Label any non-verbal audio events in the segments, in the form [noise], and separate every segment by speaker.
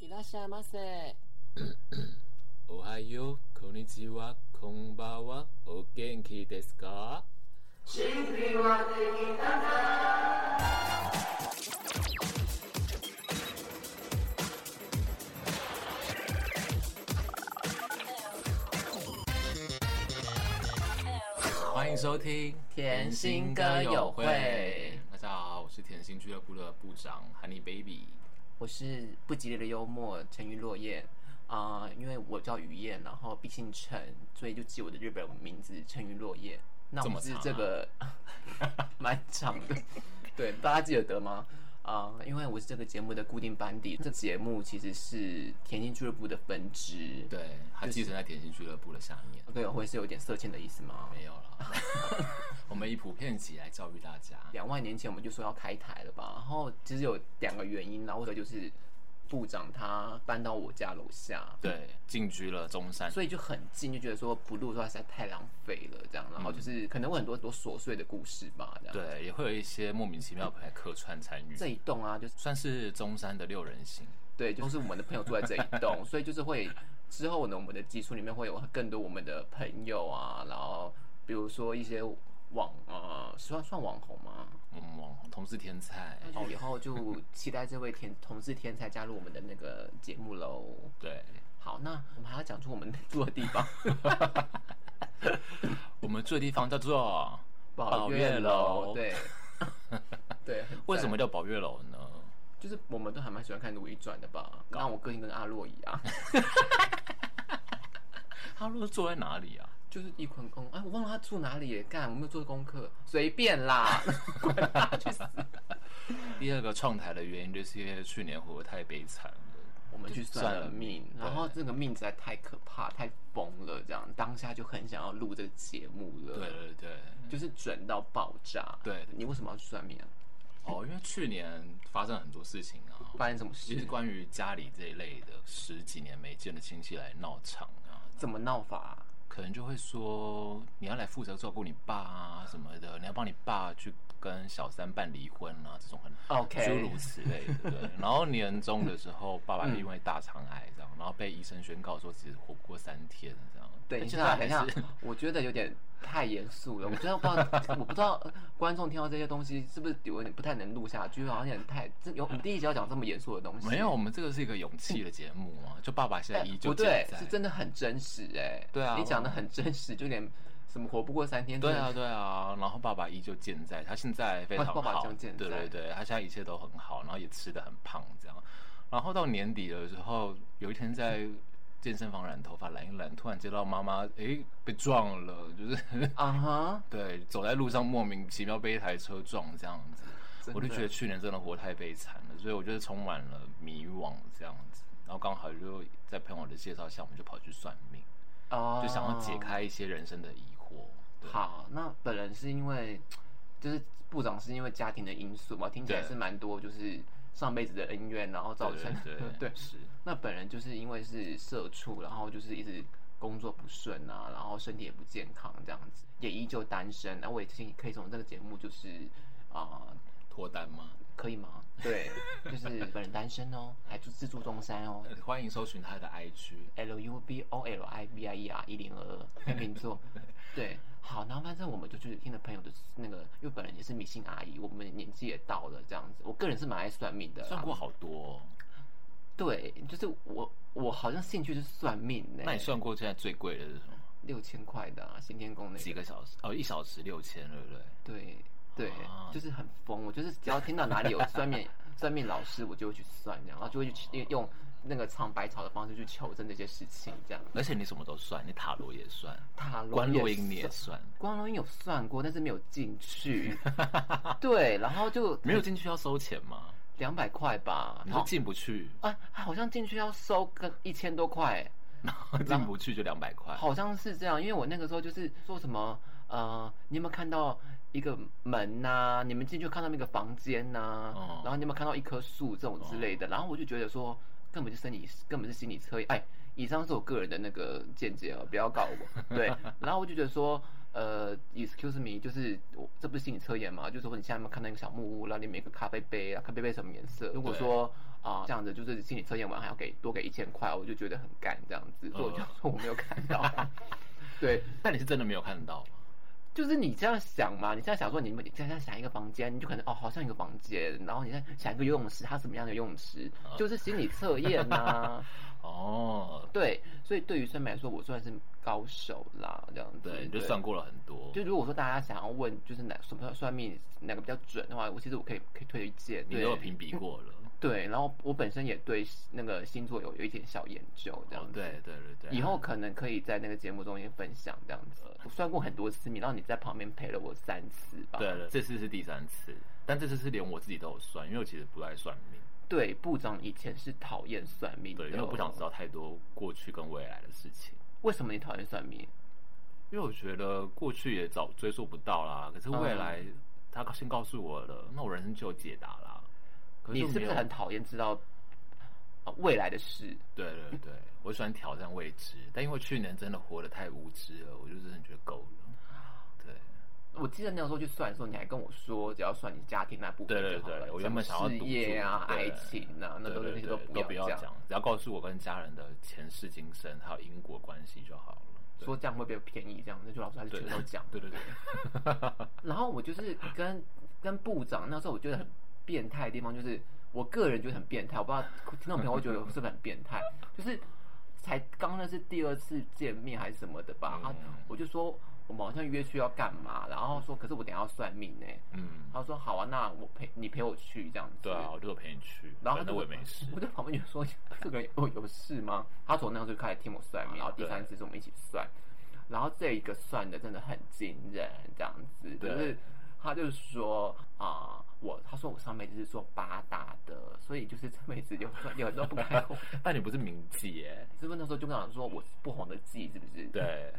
Speaker 1: いらっしゃいませ。
Speaker 2: おはよう、こんにちは、こんばんは、お元気ですか欢迎收听
Speaker 1: 甜心歌友会。
Speaker 2: 大家好，我是甜心俱乐部的部长 Honey Baby。
Speaker 1: 我是不吉利的幽默沉鱼落雁啊、因为我叫雨燕，然后毕姓陈，所以就记我的日本名字沉鱼落雁。那我们
Speaker 2: 这
Speaker 1: 是
Speaker 2: 么长啊
Speaker 1: 这个蛮长的，对，大家记得得吗？啊、因为我是这个节目的固定班底，这节目其实是甜心俱乐部的分支。
Speaker 2: 对，他寄生在甜心俱乐部的下面。
Speaker 1: 对，我会是有点色情的意思吗？
Speaker 2: 没有了， [laughs] 我们以普遍级来教育大家。
Speaker 1: 两万年前我们就说要开台了吧？然后其实有两个原因啦，或者就是部长他搬到我家楼下，
Speaker 2: 对，进居了中山，
Speaker 1: 所以就很近，就觉得说不录的话实在太浪费了，这样。然后就是可能会很多很多琐碎的故事吧，这样。，
Speaker 2: 嗯对，也会有一些莫名其妙的客串参与，
Speaker 1: 这一栋啊，就是
Speaker 2: 算是中山的六人行。
Speaker 1: 对，就是我们的朋友住在这一
Speaker 2: [laughs]
Speaker 1: 栋，所以就是会之后呢，我们的基础里面会有更多我们的朋友啊，然后比如说一些网啊，算算网红吗？
Speaker 2: 嗯，网红同是天才，
Speaker 1: 哦，以后就期待这位天同志天才加入我们的那个节目喽。
Speaker 2: 对，
Speaker 1: 好，那我们还要讲出我们住的地
Speaker 2: [laughs]
Speaker 1: 方，
Speaker 2: 我们住的地方叫做
Speaker 1: 宝月楼，，对， [laughs] 对，很赞
Speaker 2: 为什么叫宝月楼呢？
Speaker 1: 就是我们都还蛮喜欢看《如懿传》的吧？
Speaker 2: 啊
Speaker 1: 那我个性跟阿洛一样， [laughs]
Speaker 2: 他落坐在哪里啊？
Speaker 1: 就是翊坤宫。哎，我忘了他住哪里耶，干，我没有做功课，随便啦， [laughs] 管他去死，
Speaker 2: 第二个创台的原因就是因为去年活得太悲惨了，
Speaker 1: 我们去算了命，
Speaker 2: 对
Speaker 1: 然后这个命实在太可怕、太疯了，这样当下就很想要录这个节目了，
Speaker 2: 对，对对。
Speaker 1: 就是准到爆炸。
Speaker 2: 对
Speaker 1: 你为什么要去算命啊？
Speaker 2: 哦，因为去年发生很多事情啊，
Speaker 1: 发生什么事
Speaker 2: 就是？关于家里这一类的十几年没见的亲戚来闹场啊，
Speaker 1: 怎么闹法啊、
Speaker 2: 可能就会说你要来负责照顾你爸啊什么的，你要帮你爸去跟小三办离婚啊，这种很
Speaker 1: OK
Speaker 2: 诸如此类的。对，然后年终的时候，爸爸因为大肠癌这样，
Speaker 1: 嗯
Speaker 2: 然后被医生宣告说只是活不过三天这样。
Speaker 1: 等一
Speaker 2: 现在
Speaker 1: 下，
Speaker 2: 还
Speaker 1: 等一下
Speaker 2: 是，
Speaker 1: 我觉得有点太严肃了。我真的不知
Speaker 2: [laughs]
Speaker 1: 道，我不知道观众听到这些东西是不是有点不太能录下去，好像有点太……这有我们第一集要讲这么严肃的东西，
Speaker 2: 没有，我们这个是一个勇气的节目啊，就爸爸现
Speaker 1: [laughs]
Speaker 2: 在
Speaker 1: 哎？
Speaker 2: 依旧
Speaker 1: 不对
Speaker 2: 健，在
Speaker 1: 是真的很真实哎。
Speaker 2: 对啊
Speaker 1: 你讲的很真实，就连什么活不过三天，
Speaker 2: 对
Speaker 1: 真
Speaker 2: 啊，
Speaker 1: 的，
Speaker 2: 对啊，然后爸爸依旧健在，他现在非常好，
Speaker 1: 啊爸爸依旧健在
Speaker 2: 对对对，他现在一切都很好，然后也吃的很胖这样，然后到年底的时候，有一天在健身房染头发染一染，突然接到妈妈诶被撞了，就是 [laughs]
Speaker 1: 啊哈，
Speaker 2: 对，走在路上莫名其妙被一台车撞这样子，
Speaker 1: 真的
Speaker 2: 我就觉得去年真的活太悲惨了，所以我就是充满了迷惘这样子，然后刚好就在朋友的介绍下，我们就跑去算命，
Speaker 1: 哦，
Speaker 2: 就想要解。开一些人生的疑惑。对
Speaker 1: 好，那本人是因为，就是部长是因为家庭的因素嘛，听起来
Speaker 2: 对
Speaker 1: 是蛮多，就是上辈子的恩怨，然后造成
Speaker 2: 对对
Speaker 1: [laughs] 对
Speaker 2: 是。
Speaker 1: 那本人就是因为是社畜，然后就是一直工作不顺啊，然后身体也不健康这样子，也依旧单身。那我也可以从这个节目就是啊、呃
Speaker 2: 脱单吗？
Speaker 1: 可以吗？对，就是本人单身哦，还住自住中山哦。
Speaker 2: 呃欢迎搜寻他的 IG。
Speaker 1: L U B O L I V I E R 一零二二天秤
Speaker 2: [laughs]
Speaker 1: 座，对，好，然后反正我们就去听了朋友的那个，因为本人也是迷信阿姨，我们年纪也到了这样子，我个人是蛮爱算命的啦，
Speaker 2: 算过好多、哦，
Speaker 1: 对，就是我我好像兴趣是算命呢、
Speaker 2: 那你算过现在最贵的是什么？
Speaker 1: 六千块的、啊、新天宫那
Speaker 2: 几
Speaker 1: 个，
Speaker 2: 个小时？哦，一小时六千，对不对？
Speaker 1: 对对
Speaker 2: 啊，
Speaker 1: 就是很疯。我就是只要听到哪里有算命 [laughs] 算命老师，我就会去算，这样，然后就会去用那个唱百草的方式去求证这些事情，这样。
Speaker 2: 而且你什么都算，你塔罗也算，
Speaker 1: 塔罗
Speaker 2: 观落
Speaker 1: 也
Speaker 2: 音你也
Speaker 1: 算，
Speaker 2: 算，
Speaker 1: 观落音有算过，但是没有进
Speaker 2: [laughs]
Speaker 1: 去。对，然后就
Speaker 2: 没有进去要收钱吗？
Speaker 1: 两百块吧，
Speaker 2: 你
Speaker 1: 然
Speaker 2: 说
Speaker 1: 后
Speaker 2: 进不去，
Speaker 1: 啊，好像进去要收个一千多块、
Speaker 2: 进不去就两百块。
Speaker 1: 好像是这样，因为我那个时候就是说什么，呃，你有没有看到一个门呐、你们进去看到那个房间啊呐、
Speaker 2: 哦
Speaker 1: 然后你有没有看到一棵树这种之类的？然后我就觉得说，根本就生理，根本是心理测验。哎，以上是我个人的那个见解哦，不要告我。对，然后我就觉得说。呃，excuse me，就是我这不是心理测验嘛？就是说你现在有没有看到一个小木屋，然后里面有个咖啡杯啊，咖啡杯什么颜色？如果说啊、这样子就是心理测验完还要给多给一千块，我就觉得很干这样子，所以我就
Speaker 2: 嗯
Speaker 1: 说我没有看到。对，
Speaker 2: 但你是真的没有看到吗？
Speaker 1: 就是你这样想嘛，你这样想说你们，你这样想一个房间，你就可能哦，好像有个房间，然后你再想一个游泳池，它什么样的游泳池，
Speaker 2: 啊
Speaker 1: 就是心理测验呐、
Speaker 2: 哦，
Speaker 1: 对，所以对于生美来说，我算是高手啦，这样子。
Speaker 2: 对，你就算过了很多。
Speaker 1: 就如果说大家想要问，就是哪什么算命哪个比较准的话，我其实我可以可以推荐。
Speaker 2: 你
Speaker 1: 对
Speaker 2: 都有评比过了。
Speaker 1: 对，然后我本身也对那个星座有有一点小研究，这样
Speaker 2: 哦，
Speaker 1: 子。
Speaker 2: 对对对对。呃
Speaker 1: 以后可能可以在那个节目中间分享这样子。我算过很多次命，然后你在旁边陪了我三次吧。
Speaker 2: 对了，这次是第三次，但这次是连我自己都有算，因为我其实不爱算命，
Speaker 1: 对，部长以前是讨厌算命的，
Speaker 2: 对，因为我不想知道太多过去跟未来的事情。
Speaker 1: 为什么你讨厌算命。
Speaker 2: 因为我觉得过去也早追溯不到啦，可是未来
Speaker 1: 嗯
Speaker 2: 他先告诉我了，那我人生就有解答啦。可
Speaker 1: 你
Speaker 2: 就
Speaker 1: 不
Speaker 2: 是没有
Speaker 1: 是很讨厌知道呃未来的事？
Speaker 2: 对对对，我喜欢挑战未知，但因为去年真的活得太无知了，我就真的觉得够了。对
Speaker 1: 我记得那个时候去算的时候，你还跟我说，只要算你家庭那部分
Speaker 2: 对对
Speaker 1: 就好了
Speaker 2: 对我
Speaker 1: 什
Speaker 2: 原
Speaker 1: 么
Speaker 2: 本想要
Speaker 1: 事
Speaker 2: 赌
Speaker 1: 业
Speaker 2: 注
Speaker 1: 啊、爱
Speaker 2: 对
Speaker 1: 情啊，那
Speaker 2: 对
Speaker 1: 都
Speaker 2: 对
Speaker 1: 那些
Speaker 2: 对，都不要
Speaker 1: 讲。
Speaker 2: 讲，只要告诉我跟家人的前世今生还有因果关系就好了。对
Speaker 1: 说这样会被便宜，这样那就老师还是
Speaker 2: 对
Speaker 1: 全都
Speaker 2: [laughs]
Speaker 1: 讲。
Speaker 2: 对对对，
Speaker 1: 然后我就是跟跟部长那时候，我觉得很变态的地方就是，我个人觉得很变态，我不知道听众朋友会觉得我是不是很变态，就是才刚那是第二次见面还是什么的吧，他
Speaker 2: 嗯
Speaker 1: 我就说我们好像约去要干嘛，然后说可是我等一下要算命呢、
Speaker 2: 嗯，
Speaker 1: 他说好啊，那我陪你陪我去这样子。
Speaker 2: 对啊，我就有陪你去，
Speaker 1: 然后
Speaker 2: 反
Speaker 1: 他
Speaker 2: 正
Speaker 1: 就
Speaker 2: 我也没事。
Speaker 1: 我在旁边就说：“这个人有有事吗？”他从那时候就开始听我算命，然后第
Speaker 2: 啊对
Speaker 1: 三次是我们一起算，然后这一个算的真的很惊人，这样子就
Speaker 2: 对
Speaker 1: 是他就说啊、我他说我上辈子是做八大的，所以就是这辈子有赚有都不开口。 [laughs]
Speaker 2: [laughs] 但你不是名记耶？
Speaker 1: 是不是那时候就跟我讲说我是不红的记是不是？
Speaker 2: 对，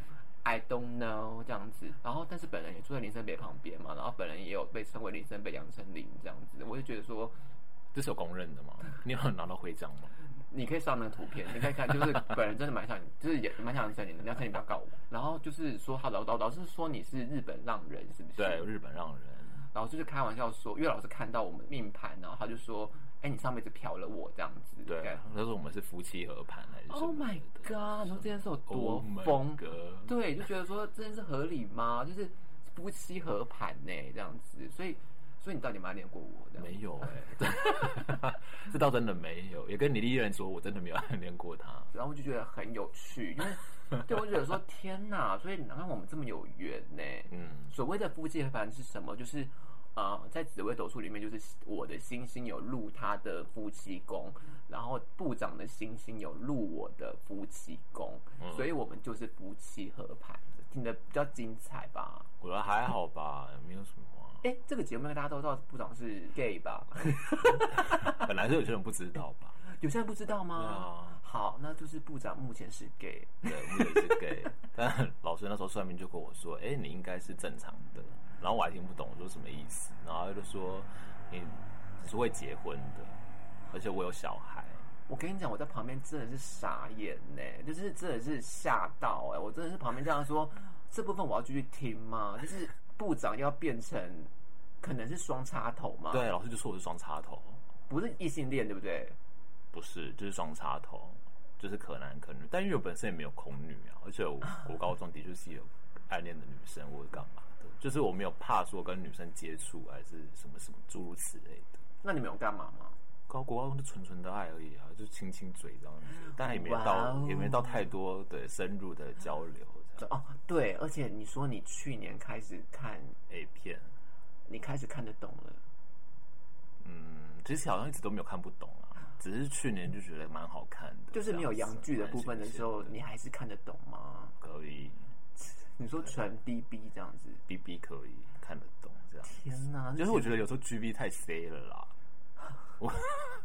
Speaker 1: ，I don't know 这样子。然后但是本人也住在林森北旁边嘛，然后本人也有被称为林森北杨丞琳这样子，我就觉得说。
Speaker 2: 这是有公认的吗？你有拿到徽章吗？
Speaker 1: 你可以上那个图片，你可以看，就是本人真的蛮想， [laughs] 就是也蛮想整你的，梁晨你不要告我。然后就是说他老老老师说你是日本浪人是不是？ [laughs]
Speaker 2: 对，。日本让人。
Speaker 1: 老师就开玩笑说，因为老师看到我们命盘，然后他就说，哎、你上辈子嫖了我这样子。
Speaker 2: 对，他说我们是夫妻合盘还是什
Speaker 1: Oh
Speaker 2: 么
Speaker 1: my
Speaker 2: 的
Speaker 1: god！你说这件事有
Speaker 2: Oh
Speaker 1: 多
Speaker 2: my
Speaker 1: 疯
Speaker 2: god
Speaker 1: 对，就觉得说这件事合理吗？就是夫妻合盘呢、这样子，所以所以你到底有没有暗恋过我？这样子
Speaker 2: 没有哎、 [laughs] 这倒真的没有，也跟你丽人说，我真的没有暗恋过他。
Speaker 1: 然后我就觉得很有趣，因为对我就觉得说 [laughs] 天哪，所以难怪我们这么有缘呢、
Speaker 2: 嗯，
Speaker 1: 所谓的夫妻合盘是什么？就是呃，在紫微斗数里面，就是我的星星有入他的夫妻宫，然后部长的星星有入我的夫妻宫，
Speaker 2: 嗯
Speaker 1: 所以我们就是夫妻合盘，听得比较精彩吧？
Speaker 2: 我觉得还好吧，没有什么啊、
Speaker 1: 哎、这个节目大家都知道部长是 gay 吧？
Speaker 2: 啊本来就有些人不知道
Speaker 1: [laughs]
Speaker 2: 吧？
Speaker 1: 有些人不知道吗？
Speaker 2: 对啊
Speaker 1: 好，那就是部长目前是 gay。
Speaker 2: 对，我也是 gay，但老师那时候算命就跟我说，哎、你应该是正常的，然后我还听不懂，我说什么意思，然后他就说你只是会结婚的，而且我有小孩，
Speaker 1: 我跟你讲，我在旁边真的是傻眼呢、就是真的是吓到哎、我真的是旁边这样说，这部分我要继续听吗？就是部长要变成可能是双插头吗？，
Speaker 2: 对，老师就说我是双插头，
Speaker 1: 不是异性恋，对不对？
Speaker 2: 不是，就是双插头，就是可男可女，但因为我本身也没有恐女啊，而且我我高中的确是有暗恋的女生，我干嘛的，就是我没有怕说跟女生接触还是什么什么诸如此类的。
Speaker 1: 那你们有干嘛吗？
Speaker 2: 高国高中就纯纯的爱而已啊，就亲亲嘴这样子，但也没到、
Speaker 1: 哇哦
Speaker 2: 也没到太多对深入的交流这样。
Speaker 1: 哦，对，而且你说你去年开始看，
Speaker 2: A 片，
Speaker 1: 你开始看得懂了。
Speaker 2: 嗯，其实好像一直都没有看不懂啊，只是去年就觉得蛮好看的，
Speaker 1: 就是没有
Speaker 2: 这样子
Speaker 1: 阳具的部分的时候，
Speaker 2: 蛮新鲜
Speaker 1: 你还是看得懂吗？
Speaker 2: 的可以
Speaker 1: 你说纯 BB 这样子，
Speaker 2: B B 可以看得懂
Speaker 1: [laughs]
Speaker 2: 这样，
Speaker 1: 天哪！
Speaker 2: 就是我觉得有时候 G B 太 C 了啦。我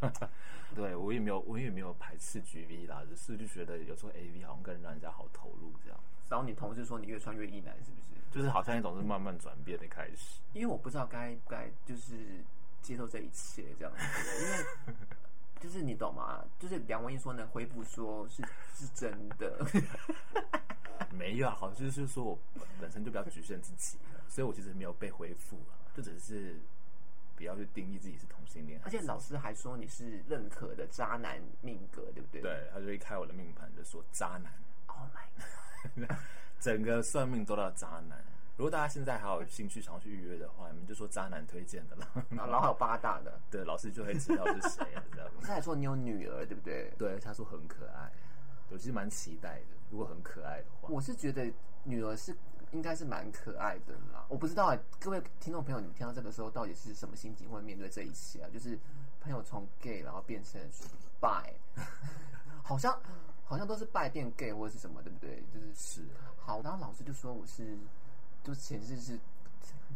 Speaker 2: [laughs] 对我也没有，我也没有排斥 G B 啦，只是就觉得有时候 A V 好像更让人家好投入这样，
Speaker 1: 然后你同事说你越穿越异男，是不是？
Speaker 2: 就是好像一种是慢慢转变的开始。
Speaker 1: 因为我不知道该不该就是接受这一切这样子，因为就是你懂吗？就是梁文音说能恢复，说是是真的， [laughs]
Speaker 2: 没有啊，好，就是说啊我本身就比较局限自己了，所以我其实没有被恢复了，就只是不要去定义自己是同性恋。
Speaker 1: 而且老师还说你是认可的渣男命格，对不对？
Speaker 2: 对，他就一开我的命盘就说渣男，
Speaker 1: ，Oh my god！
Speaker 2: 整个算命都叫渣男。如果大家现在还有兴趣想要去预约的话，你们就说渣男推荐的了。
Speaker 1: 然后然后还有八大的，
Speaker 2: [laughs] 对，老师就会知道是谁了，这样。
Speaker 1: 他还说你有女儿，对不对？
Speaker 2: 对，他说很可爱，我其实蛮期待的。如果很可爱的话，
Speaker 1: 我是觉得女儿是应该是蛮可爱的啦。我不知道、啊、各位听众朋友，你们听到这个时候到底是什么心情，会面对这一切啊？就是朋友从 gay 然后变成 bi，好像好像都是 bi 变 gay 或者是什么，对不对？就是
Speaker 2: 是
Speaker 1: 好，然后老师就说我是，就前世是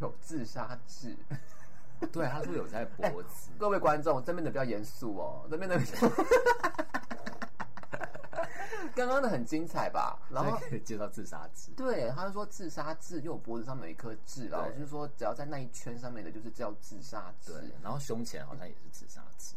Speaker 1: 有自杀志。
Speaker 2: [laughs] 对，他说有在脖 [laughs] 子，
Speaker 1: [laughs] 各位观众，这边的比较严肃哦，这边的比较。刚刚的很精彩吧？然后
Speaker 2: 所以可以介绍自杀痣。
Speaker 1: 对，他就说自杀痣，因为我脖子上面有一颗痣啦，
Speaker 2: 对
Speaker 1: 我就是说只要在那一圈上面的，就是叫自杀痣
Speaker 2: 对。，然后胸前好像也是自杀痣。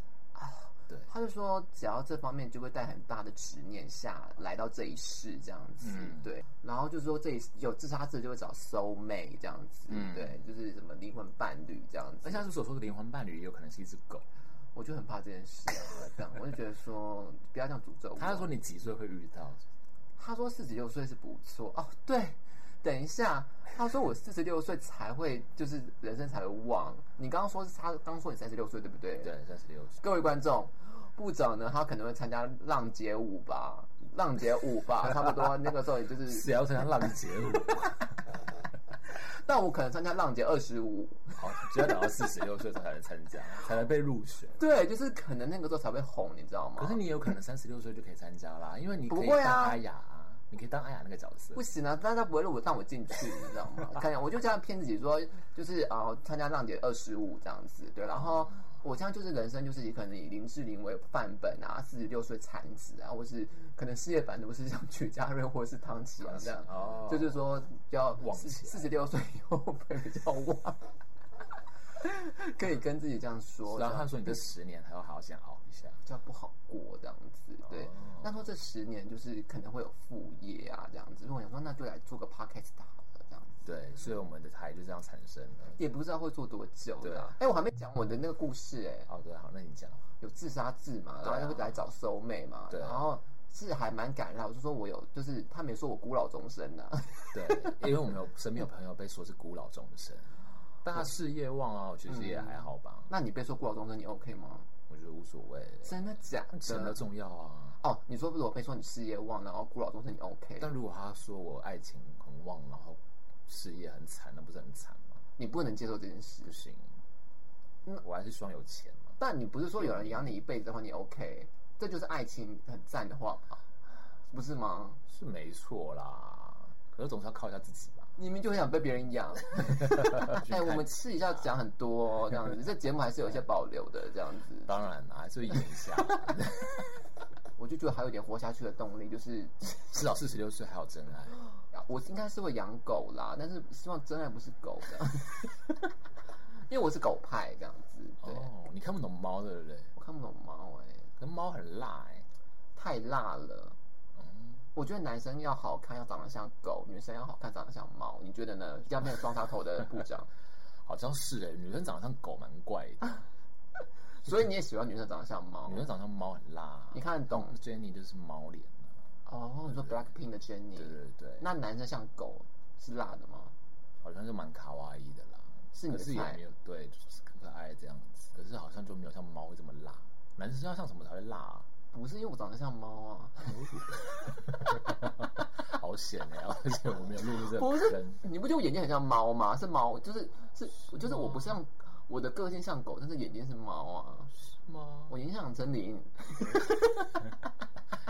Speaker 2: 对，
Speaker 1: 他就说只要这方面就会带很大的执念下来到这一世这样子，
Speaker 2: 嗯
Speaker 1: 对。然后就是说这一有自杀痣就会找 soul mate 这样子，
Speaker 2: 嗯
Speaker 1: 对，就是什么灵魂伴侣这样子。哎
Speaker 2: 而且他所说的灵魂伴侣也有可能是一只狗。
Speaker 1: 我就很怕这件事啊，这样我就觉得说不要这样诅咒我。
Speaker 2: 他说你几岁会遇到？
Speaker 1: 他说四十六岁是不错哦，对，等一下，他说我四十六岁才会，就是人生才会旺。你刚刚说是他刚说你三十六岁对不对？
Speaker 2: 对，，三十六岁。
Speaker 1: 各位观众，部长呢，他可能会参加浪姐舞吧，浪姐舞吧，差不多那个时候也就是，
Speaker 2: 谁要参加浪姐舞？
Speaker 1: 但我可能参加浪姐二十五，
Speaker 2: 好，只要等到四十六岁才能参加，才能被入选。
Speaker 1: 对，就是可能那个时候才会红，你知道吗？
Speaker 2: 可是你有可能三十六岁就可以参加啦，因为你可
Speaker 1: 不
Speaker 2: 以
Speaker 1: 会啊
Speaker 2: 当阿雅、啊，你可以当阿雅那个角色
Speaker 1: 不。行啊，但他不会让我让我进去，你知道吗？看见我就这样骗自己说，就是呃参加浪姐二十五这样子，对，然后我这样就是人生就是以可能以林志玲为范本啊，四十六岁产子啊，或是可能事业版图是像曲家瑞或是唐启阳这样，
Speaker 2: [laughs] 哦
Speaker 1: 就是说要
Speaker 2: 旺起来
Speaker 1: 四十六岁以后会比较旺，可以跟自己这样说，
Speaker 2: 然
Speaker 1: 这样
Speaker 2: 后他说你这十年还要好好想熬一下。
Speaker 1: 比较不好过这样子。对
Speaker 2: 哦，
Speaker 1: 那说这十年就是可能会有副业啊这样子，所以我想说那就来做个 podcast 好了这样子。
Speaker 2: 对，所以我们的台就这样产生了。
Speaker 1: 也不知道会做多久
Speaker 2: 对
Speaker 1: 啦
Speaker 2: 啊。
Speaker 1: 哎、我还没讲我的那个故事哎、
Speaker 2: 哦，对，好，那你讲。
Speaker 1: 有自杀字嘛，然
Speaker 2: 对啊
Speaker 1: 后就会来找收妹嘛，
Speaker 2: 对啊
Speaker 1: 然后是还蛮感人的。我就说我有，就是他们也说我孤老终生呐、啊
Speaker 2: 对，因为我们有身边有朋友被说是孤老终生，但他事业旺啊，我其实也还好吧，
Speaker 1: [laughs] 那你被说孤老终生，你 OK 吗？
Speaker 2: 我觉得无所谓，
Speaker 1: 真的假
Speaker 2: 钱
Speaker 1: 的
Speaker 2: 的？重要啊。
Speaker 1: 哦，你说如果被说你事业旺，然后孤老终生，你 OK？
Speaker 2: 但如果他说我爱情很旺，然后事业很惨，那不是很惨吗？
Speaker 1: 你不能接受这件事
Speaker 2: 不。行，我还是希望有钱嘛。
Speaker 1: 但你不是说有人养你一辈子的话，你 OK？这就是爱情很赞的话吧？不是吗？
Speaker 2: 是没错啦，可是总是要靠一下自己
Speaker 1: [laughs]
Speaker 2: 吧。
Speaker 1: 你明明就很想被别人
Speaker 2: [laughs]
Speaker 1: 养，哎、我们私底下讲很多、哦、这样
Speaker 2: [laughs]
Speaker 1: 子，这节目还是有一些保留的这样子。
Speaker 2: 当然啦，还是会演
Speaker 1: [laughs]
Speaker 2: 一下。
Speaker 1: 我就觉得还有一点活下去的动力，就是 [laughs]
Speaker 2: 至少四十六岁还有真爱，
Speaker 1: 我应该是会养狗啦，但是希望真爱不是狗的，
Speaker 2: [laughs]
Speaker 1: 因为我是狗派这样子。对，
Speaker 2: 哦，你看不懂猫对不对？
Speaker 1: 我看不懂猫哎、
Speaker 2: 可是猫很辣嗯哎、
Speaker 1: 太辣了。我觉得男生要好看，要长得像狗；女生要好看，长得像猫。你觉得呢？要变成双插头的部
Speaker 2: [laughs]
Speaker 1: 长，
Speaker 2: 好像是哎、女生长得像狗蛮怪的，
Speaker 1: 啊所以你也喜欢女生长得像猫
Speaker 2: 女？生长得像猫很辣、
Speaker 1: 你看得懂
Speaker 2: Jenny 就是猫脸、啊，
Speaker 1: 哦？你说 Blackpink 的 Jennie，
Speaker 2: 对对对，
Speaker 1: 那男生像狗是辣的吗？
Speaker 2: 好像就蛮卡哇伊的啦。
Speaker 1: 是你
Speaker 2: 可
Speaker 1: 的
Speaker 2: 是也
Speaker 1: 菜
Speaker 2: 没有对，就是可可爱爱这样子。可是好像就没有像猫这么辣。男生要像什么才会
Speaker 1: [laughs]
Speaker 2: 辣、啊？
Speaker 1: 不是，因为我长得像猫啊。 [laughs]
Speaker 2: 好险
Speaker 1: [laughs]
Speaker 2: 哎、而且我没有录入这
Speaker 1: 不
Speaker 2: 个
Speaker 1: 是
Speaker 2: 坑。，
Speaker 1: 你不觉得我眼睛很像猫吗？是猫，就是是，就是我不像我的个性像狗，但是眼睛是猫啊。
Speaker 2: 吗？
Speaker 1: 我影响真灵，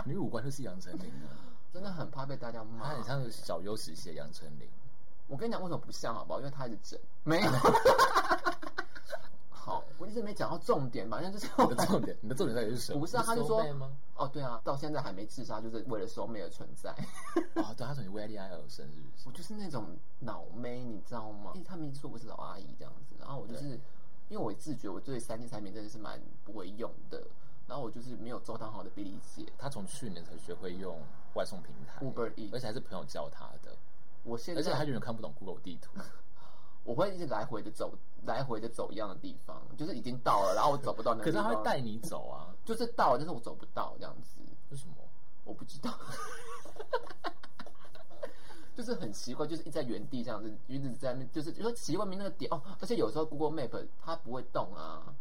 Speaker 2: 你五官就是杨丞琳
Speaker 1: [laughs]
Speaker 2: 啊，
Speaker 1: 真的很怕被大家
Speaker 2: 她
Speaker 1: 骂。
Speaker 2: 很像小优时期的杨丞
Speaker 1: [laughs]
Speaker 2: 琳。
Speaker 1: 我跟你讲，为什么不像好不好？因为他一直整，没
Speaker 2: [laughs]
Speaker 1: 有。好，我一直没讲到重点吧，反正就是
Speaker 2: 你的重点，你的重点到底是什么？
Speaker 1: 不是啊他就
Speaker 2: 收
Speaker 1: 说
Speaker 2: 妹吗？
Speaker 1: 哦，对啊，到现在还没自杀，就是为了收妹而存在。
Speaker 2: 哦，对，他说你为 I L 生日，
Speaker 1: 我就是那种脑妹，你知道吗？因为他们一直说我是老阿姨这样子，然后我就是因为我自觉我对三 D 产品真的是蛮不会用的，然后我就是没有周汤好的比例姐。
Speaker 2: 他从去年才学会用外送平台
Speaker 1: Uber Eats
Speaker 2: 而且还是朋友教他的，
Speaker 1: 我现
Speaker 2: 而且他
Speaker 1: 在 [laughs]
Speaker 2: 永远看不懂 Google 地图。
Speaker 1: 我会一直来回的走，来回的走一样的地方，就是已经到了，然后我走不到那
Speaker 2: 可
Speaker 1: 个
Speaker 2: 是
Speaker 1: 地
Speaker 2: 他
Speaker 1: 方。
Speaker 2: 会带你走啊？
Speaker 1: 就是到了，但是我走不到这样子，
Speaker 2: 为什么？
Speaker 1: 我不知道， [laughs] 就是很奇怪，就是一直在原地这样子，一直在那边，就是就说奇怪没那个点哦，而且有时候 Google Map 它不会动啊，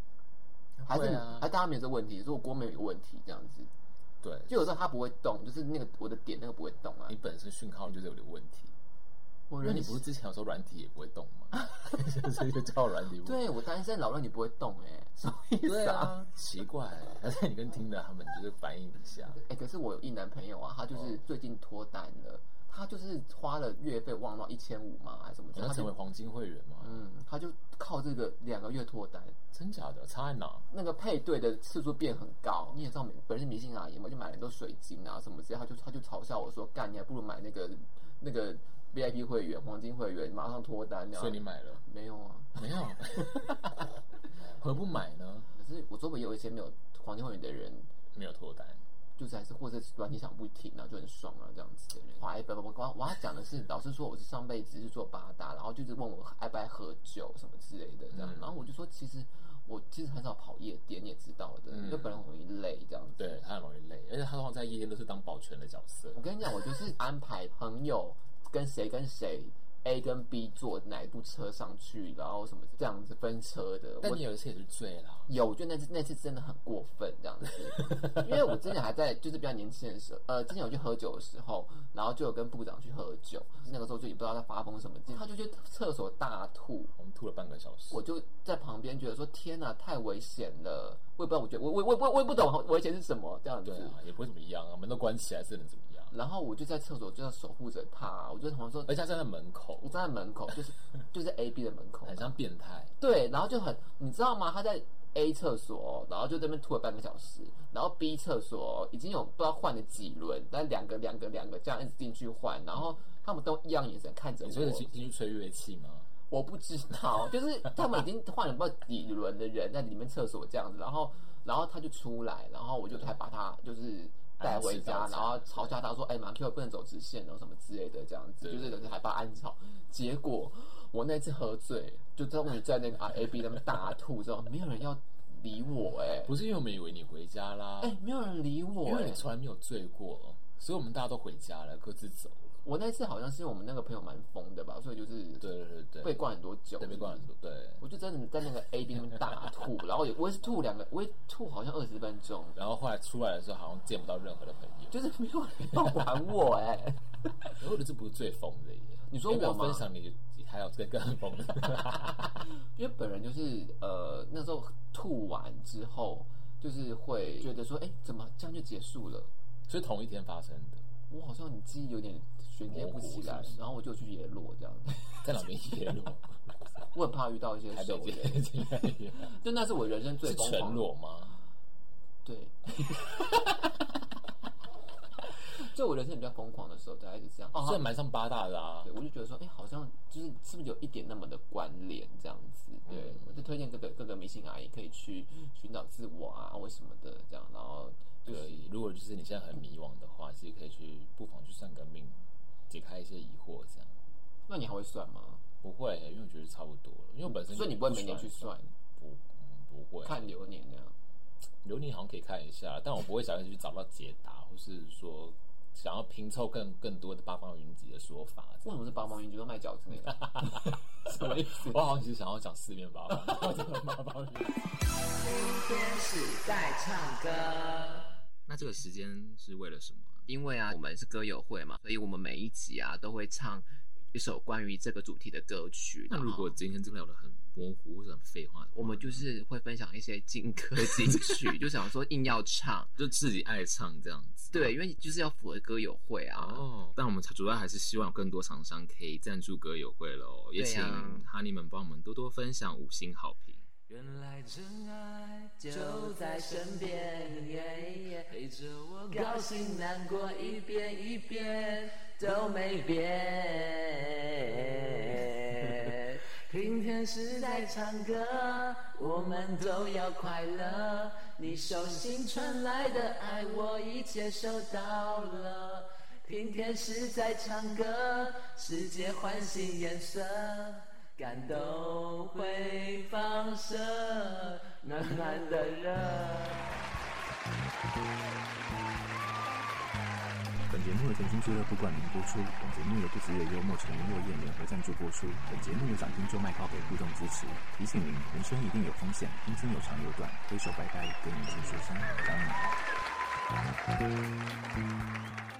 Speaker 1: 还是、
Speaker 2: 会啊
Speaker 1: 还，是大家没有这个问题，如果 Google Map 有问题这样子，
Speaker 2: 对，
Speaker 1: 就有时候它不会动，就是那个我的点那个不会动啊
Speaker 2: 你，本身讯号就是有点问题。
Speaker 1: 我
Speaker 2: 因为
Speaker 1: 人
Speaker 2: 哦你不是之前有说软体也不会动吗？ [laughs] 所以就叫软体不
Speaker 1: 对我担心老了你不会动 [laughs] 哎、什么意
Speaker 2: 对
Speaker 1: 思啊？
Speaker 2: [laughs] 啊，奇怪，还是你跟听的他们就是反应一下，
Speaker 1: 哎、可是我有一男朋友啊，他就是最近脱单了，他就是花了月费忘了一千五嘛，还是什么？
Speaker 2: 你要
Speaker 1: 他
Speaker 2: 成为
Speaker 1: 就
Speaker 2: 黄金会员吗？
Speaker 1: 嗯，他就靠这个两个月脱单，
Speaker 2: 真假的？差在哪？
Speaker 1: 那个配对的次数变很高。你也知道，本身迷信阿姨嘛，就买了很多水晶啊什么之类，他就他就嘲笑我说，干，你还不如买那个那个 VIP 会员、黄金会员，马上脱单啊。
Speaker 2: 所以你买了
Speaker 1: 没有啊？
Speaker 2: 没有？ [laughs] 何不买呢？
Speaker 1: 可是我周围也有一些没有黄金会员的人，
Speaker 2: 没有脱单，
Speaker 1: 就是还是或者是软体想不停啊，就很爽啊这样子的人。我爱不我我我要讲的是，老师说我是上辈子是做八大，然后就是问我爱不爱喝酒什么之类的这
Speaker 2: 嗯
Speaker 1: 样，然后我就说其实我其实很少跑夜店，你也知道的，
Speaker 2: 嗯
Speaker 1: 就本人很容易累这样子。
Speaker 2: 对他很容易累，而且他通常在夜店都是当保全的角色
Speaker 1: 我。跟你讲，我就是安排朋友跟谁跟谁。A 跟 B 坐哪一部车上去，然后什么这样子分车的。
Speaker 2: 但
Speaker 1: 我
Speaker 2: 你有一次也是醉了，
Speaker 1: 有，就那次那次真的很过分这样子，因为我之前还在就是比较年轻的时候，呃，之前有去喝酒的时候，然后就有跟部长去喝酒，那个时候就也不知道他发疯什么劲，他就去厕所大吐，
Speaker 2: 我们吐了半个小时
Speaker 1: 我。就在旁边觉得说天哪、太危险了，我也不知道，我觉得我我我我我也不懂危险是什么这样子
Speaker 2: 对，啊，也不会怎么样啊，门都关起来，是能怎么样？
Speaker 1: 然后我就在厕所就要守护着他，我就同说，
Speaker 2: 而且他站在门口
Speaker 1: 我，站在门口，就是就是 A B 的门口，
Speaker 2: [laughs] 很像变态。
Speaker 1: 对，然后就很，你知道吗？他在 A 厕所，哦然后就在那边吐了半个小时，然后 B 厕所哦已经有不知道换了几轮，但两个两个两个这样一直进去换，然后他们都一样眼神看着
Speaker 2: 你说的进
Speaker 1: 我，
Speaker 2: 进去吹乐器吗？
Speaker 1: 我不知道，就是他们已经换了不知道几轮的人在里面厕所这样子，然后然后他就出来，然后我就还把他就是。带回家，
Speaker 2: 安
Speaker 1: 然
Speaker 2: 置到家
Speaker 1: 后嘲笑他说：“哎，马 Q 不能走直线哦，什么之类的，这样子
Speaker 2: 对
Speaker 1: 就是有还把他安吵。”结果我那次喝醉，就终于在那
Speaker 2: [laughs]
Speaker 1: 个 A B 那边大吐之后，没有人要理我哎、
Speaker 2: 不是因为我们以为你回家啦，
Speaker 1: 哎、没有人理我
Speaker 2: 因
Speaker 1: 哎、
Speaker 2: 为你从来没有醉过，所以我们大家都回家了，各自走了。
Speaker 1: 我那次好像是因为我们那个朋友蛮疯的吧，所以就是
Speaker 2: 对对对
Speaker 1: 被
Speaker 2: 对，
Speaker 1: 灌很多酒，
Speaker 2: 对被灌很多，对。
Speaker 1: 我就真的在那个 A B 那边大
Speaker 2: [laughs]
Speaker 1: 吐，然后也我也是吐两个，我也吐好像二十分钟，
Speaker 2: 然后后来出来的时候，好像见不到任何的朋友。
Speaker 1: 就是没有人要管我哎、
Speaker 2: [laughs] 我觉得这不是最疯的耶。
Speaker 1: 你说我
Speaker 2: 要
Speaker 1: 吗
Speaker 2: 不要分享你，还有这个更疯
Speaker 1: [laughs]
Speaker 2: 的，
Speaker 1: 因为本人就是呃那时候吐完之后，就是会觉得说，哎、怎么这样就结束了？
Speaker 2: 所以同一天发生的，
Speaker 1: 我好像记忆有点衔接不起来
Speaker 2: 模糊是不，是
Speaker 1: 然后我就去野落这样子。
Speaker 2: 在哪边
Speaker 1: [laughs]
Speaker 2: 野裸？
Speaker 1: 我很怕遇到一些
Speaker 2: 台北
Speaker 1: 熟人，
Speaker 2: 街竟然也
Speaker 1: 就那是我人生最
Speaker 2: 是
Speaker 1: 疯
Speaker 2: 全
Speaker 1: 狂的。
Speaker 2: 裸吗？
Speaker 1: 对，
Speaker 2: [laughs]
Speaker 1: [laughs] 就我人生比较疯狂的时候，大概是这样。哦，
Speaker 2: 这蛮像八大的啊
Speaker 1: 对，。我就觉得说，哎、好像就是是不是有一点那么的关联这样子？对，我就推荐各个各个明星阿姨可以去寻找自我啊，或什么的这样，然后就
Speaker 2: 可
Speaker 1: 是
Speaker 2: 以，如果就是你现在很迷惘的话，其实可以去不妨去算个命，解开一些疑惑这样。
Speaker 1: 那你还会算吗？
Speaker 2: 不会，因为我觉得差不多了。因为我本身就
Speaker 1: 所以你不会每年去算，
Speaker 2: 不嗯不会
Speaker 1: 看流年那样。
Speaker 2: 流年好像可以看一下，但我不会想要去找到解答，或是说想要拼凑更更多的八方云集的说法。这
Speaker 1: 为
Speaker 2: 样
Speaker 1: 什么是八毛云集都卖饺子那 [laughs] 个？什么意思？
Speaker 2: [laughs] 我好像只是想要讲四面八方，讲八方云集。
Speaker 3: 天使在唱歌。
Speaker 2: 那这个时间是为了什么啊？
Speaker 1: 因为啊，我们是歌友会嘛，所以我们每一集啊都会唱一首关于这个主题的歌曲。
Speaker 2: 那
Speaker 1: 然后
Speaker 2: 如果今天真的聊得很模糊或者很废话的话，
Speaker 1: 我们就是会分享一些劲歌 [laughs] 金曲，就想说硬要唱，
Speaker 2: 就自己爱唱这样子。
Speaker 1: [laughs] 对，因为就是要符合歌友会啊。
Speaker 2: 哦，但我们主要还是希望有更多厂商可以赞助歌友会喽，也
Speaker 1: 对
Speaker 2: 请
Speaker 1: 呀
Speaker 2: 哈尼们帮我们多多分享五星好评。
Speaker 3: 原来真爱就在身边，陪着我高兴难过一遍一遍都没变。听天使在唱歌，我们都要快乐。你手心传来的爱，我已接收到了。听天使在唱歌，世界唤醒颜色。感动会放射，暖暖的热。
Speaker 4: 本节目由甜心俱乐部冠名播出。本节目由不只有幽默成员落叶联合赞助播出。本节目由掌听就卖靠北互动支持。提醒您，人生一定有风险，人生有长有短，挥手拜拜，跟你说声，长你好。